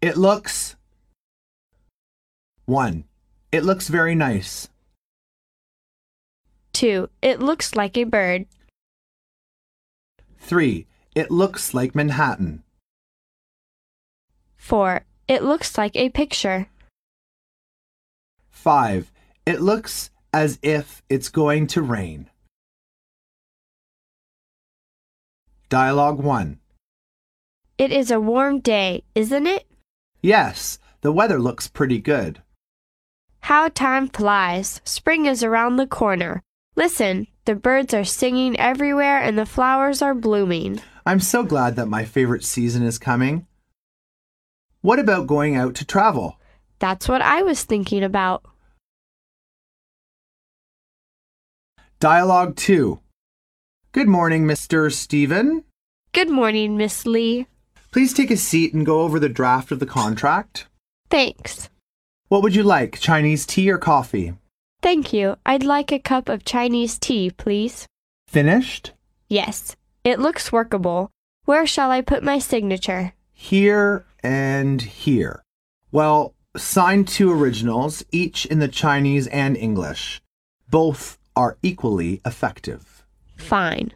It looks. 1. It looks very nice. 2. It looks like a bird. 3. It looks like Manhattan. 4. It looks like a picture. 5. It looks as if it's going to rain. Dialogue 1. It is a warm day, isn't it? Yes, the weather looks pretty good. How time flies. Spring is around the corner. Listen, the birds are singing everywhere and the flowers are blooming. I'm so glad that my favorite season is coming. What about going out to travel? That's what I was thinking about. Dialogue 2. Good morning, Mr. Stephen. Good morning, Miss Lee. Please take a seat and go over the draft of the contract. Thanks. What would you like, Chinese tea or coffee? Thank you. I'd like a cup of Chinese tea, please. Finished? Yes, it looks workable. Where shall I put my signature? Here and here. Well, sign two originals, each in the Chinese and English. Both are equally effective. Fine.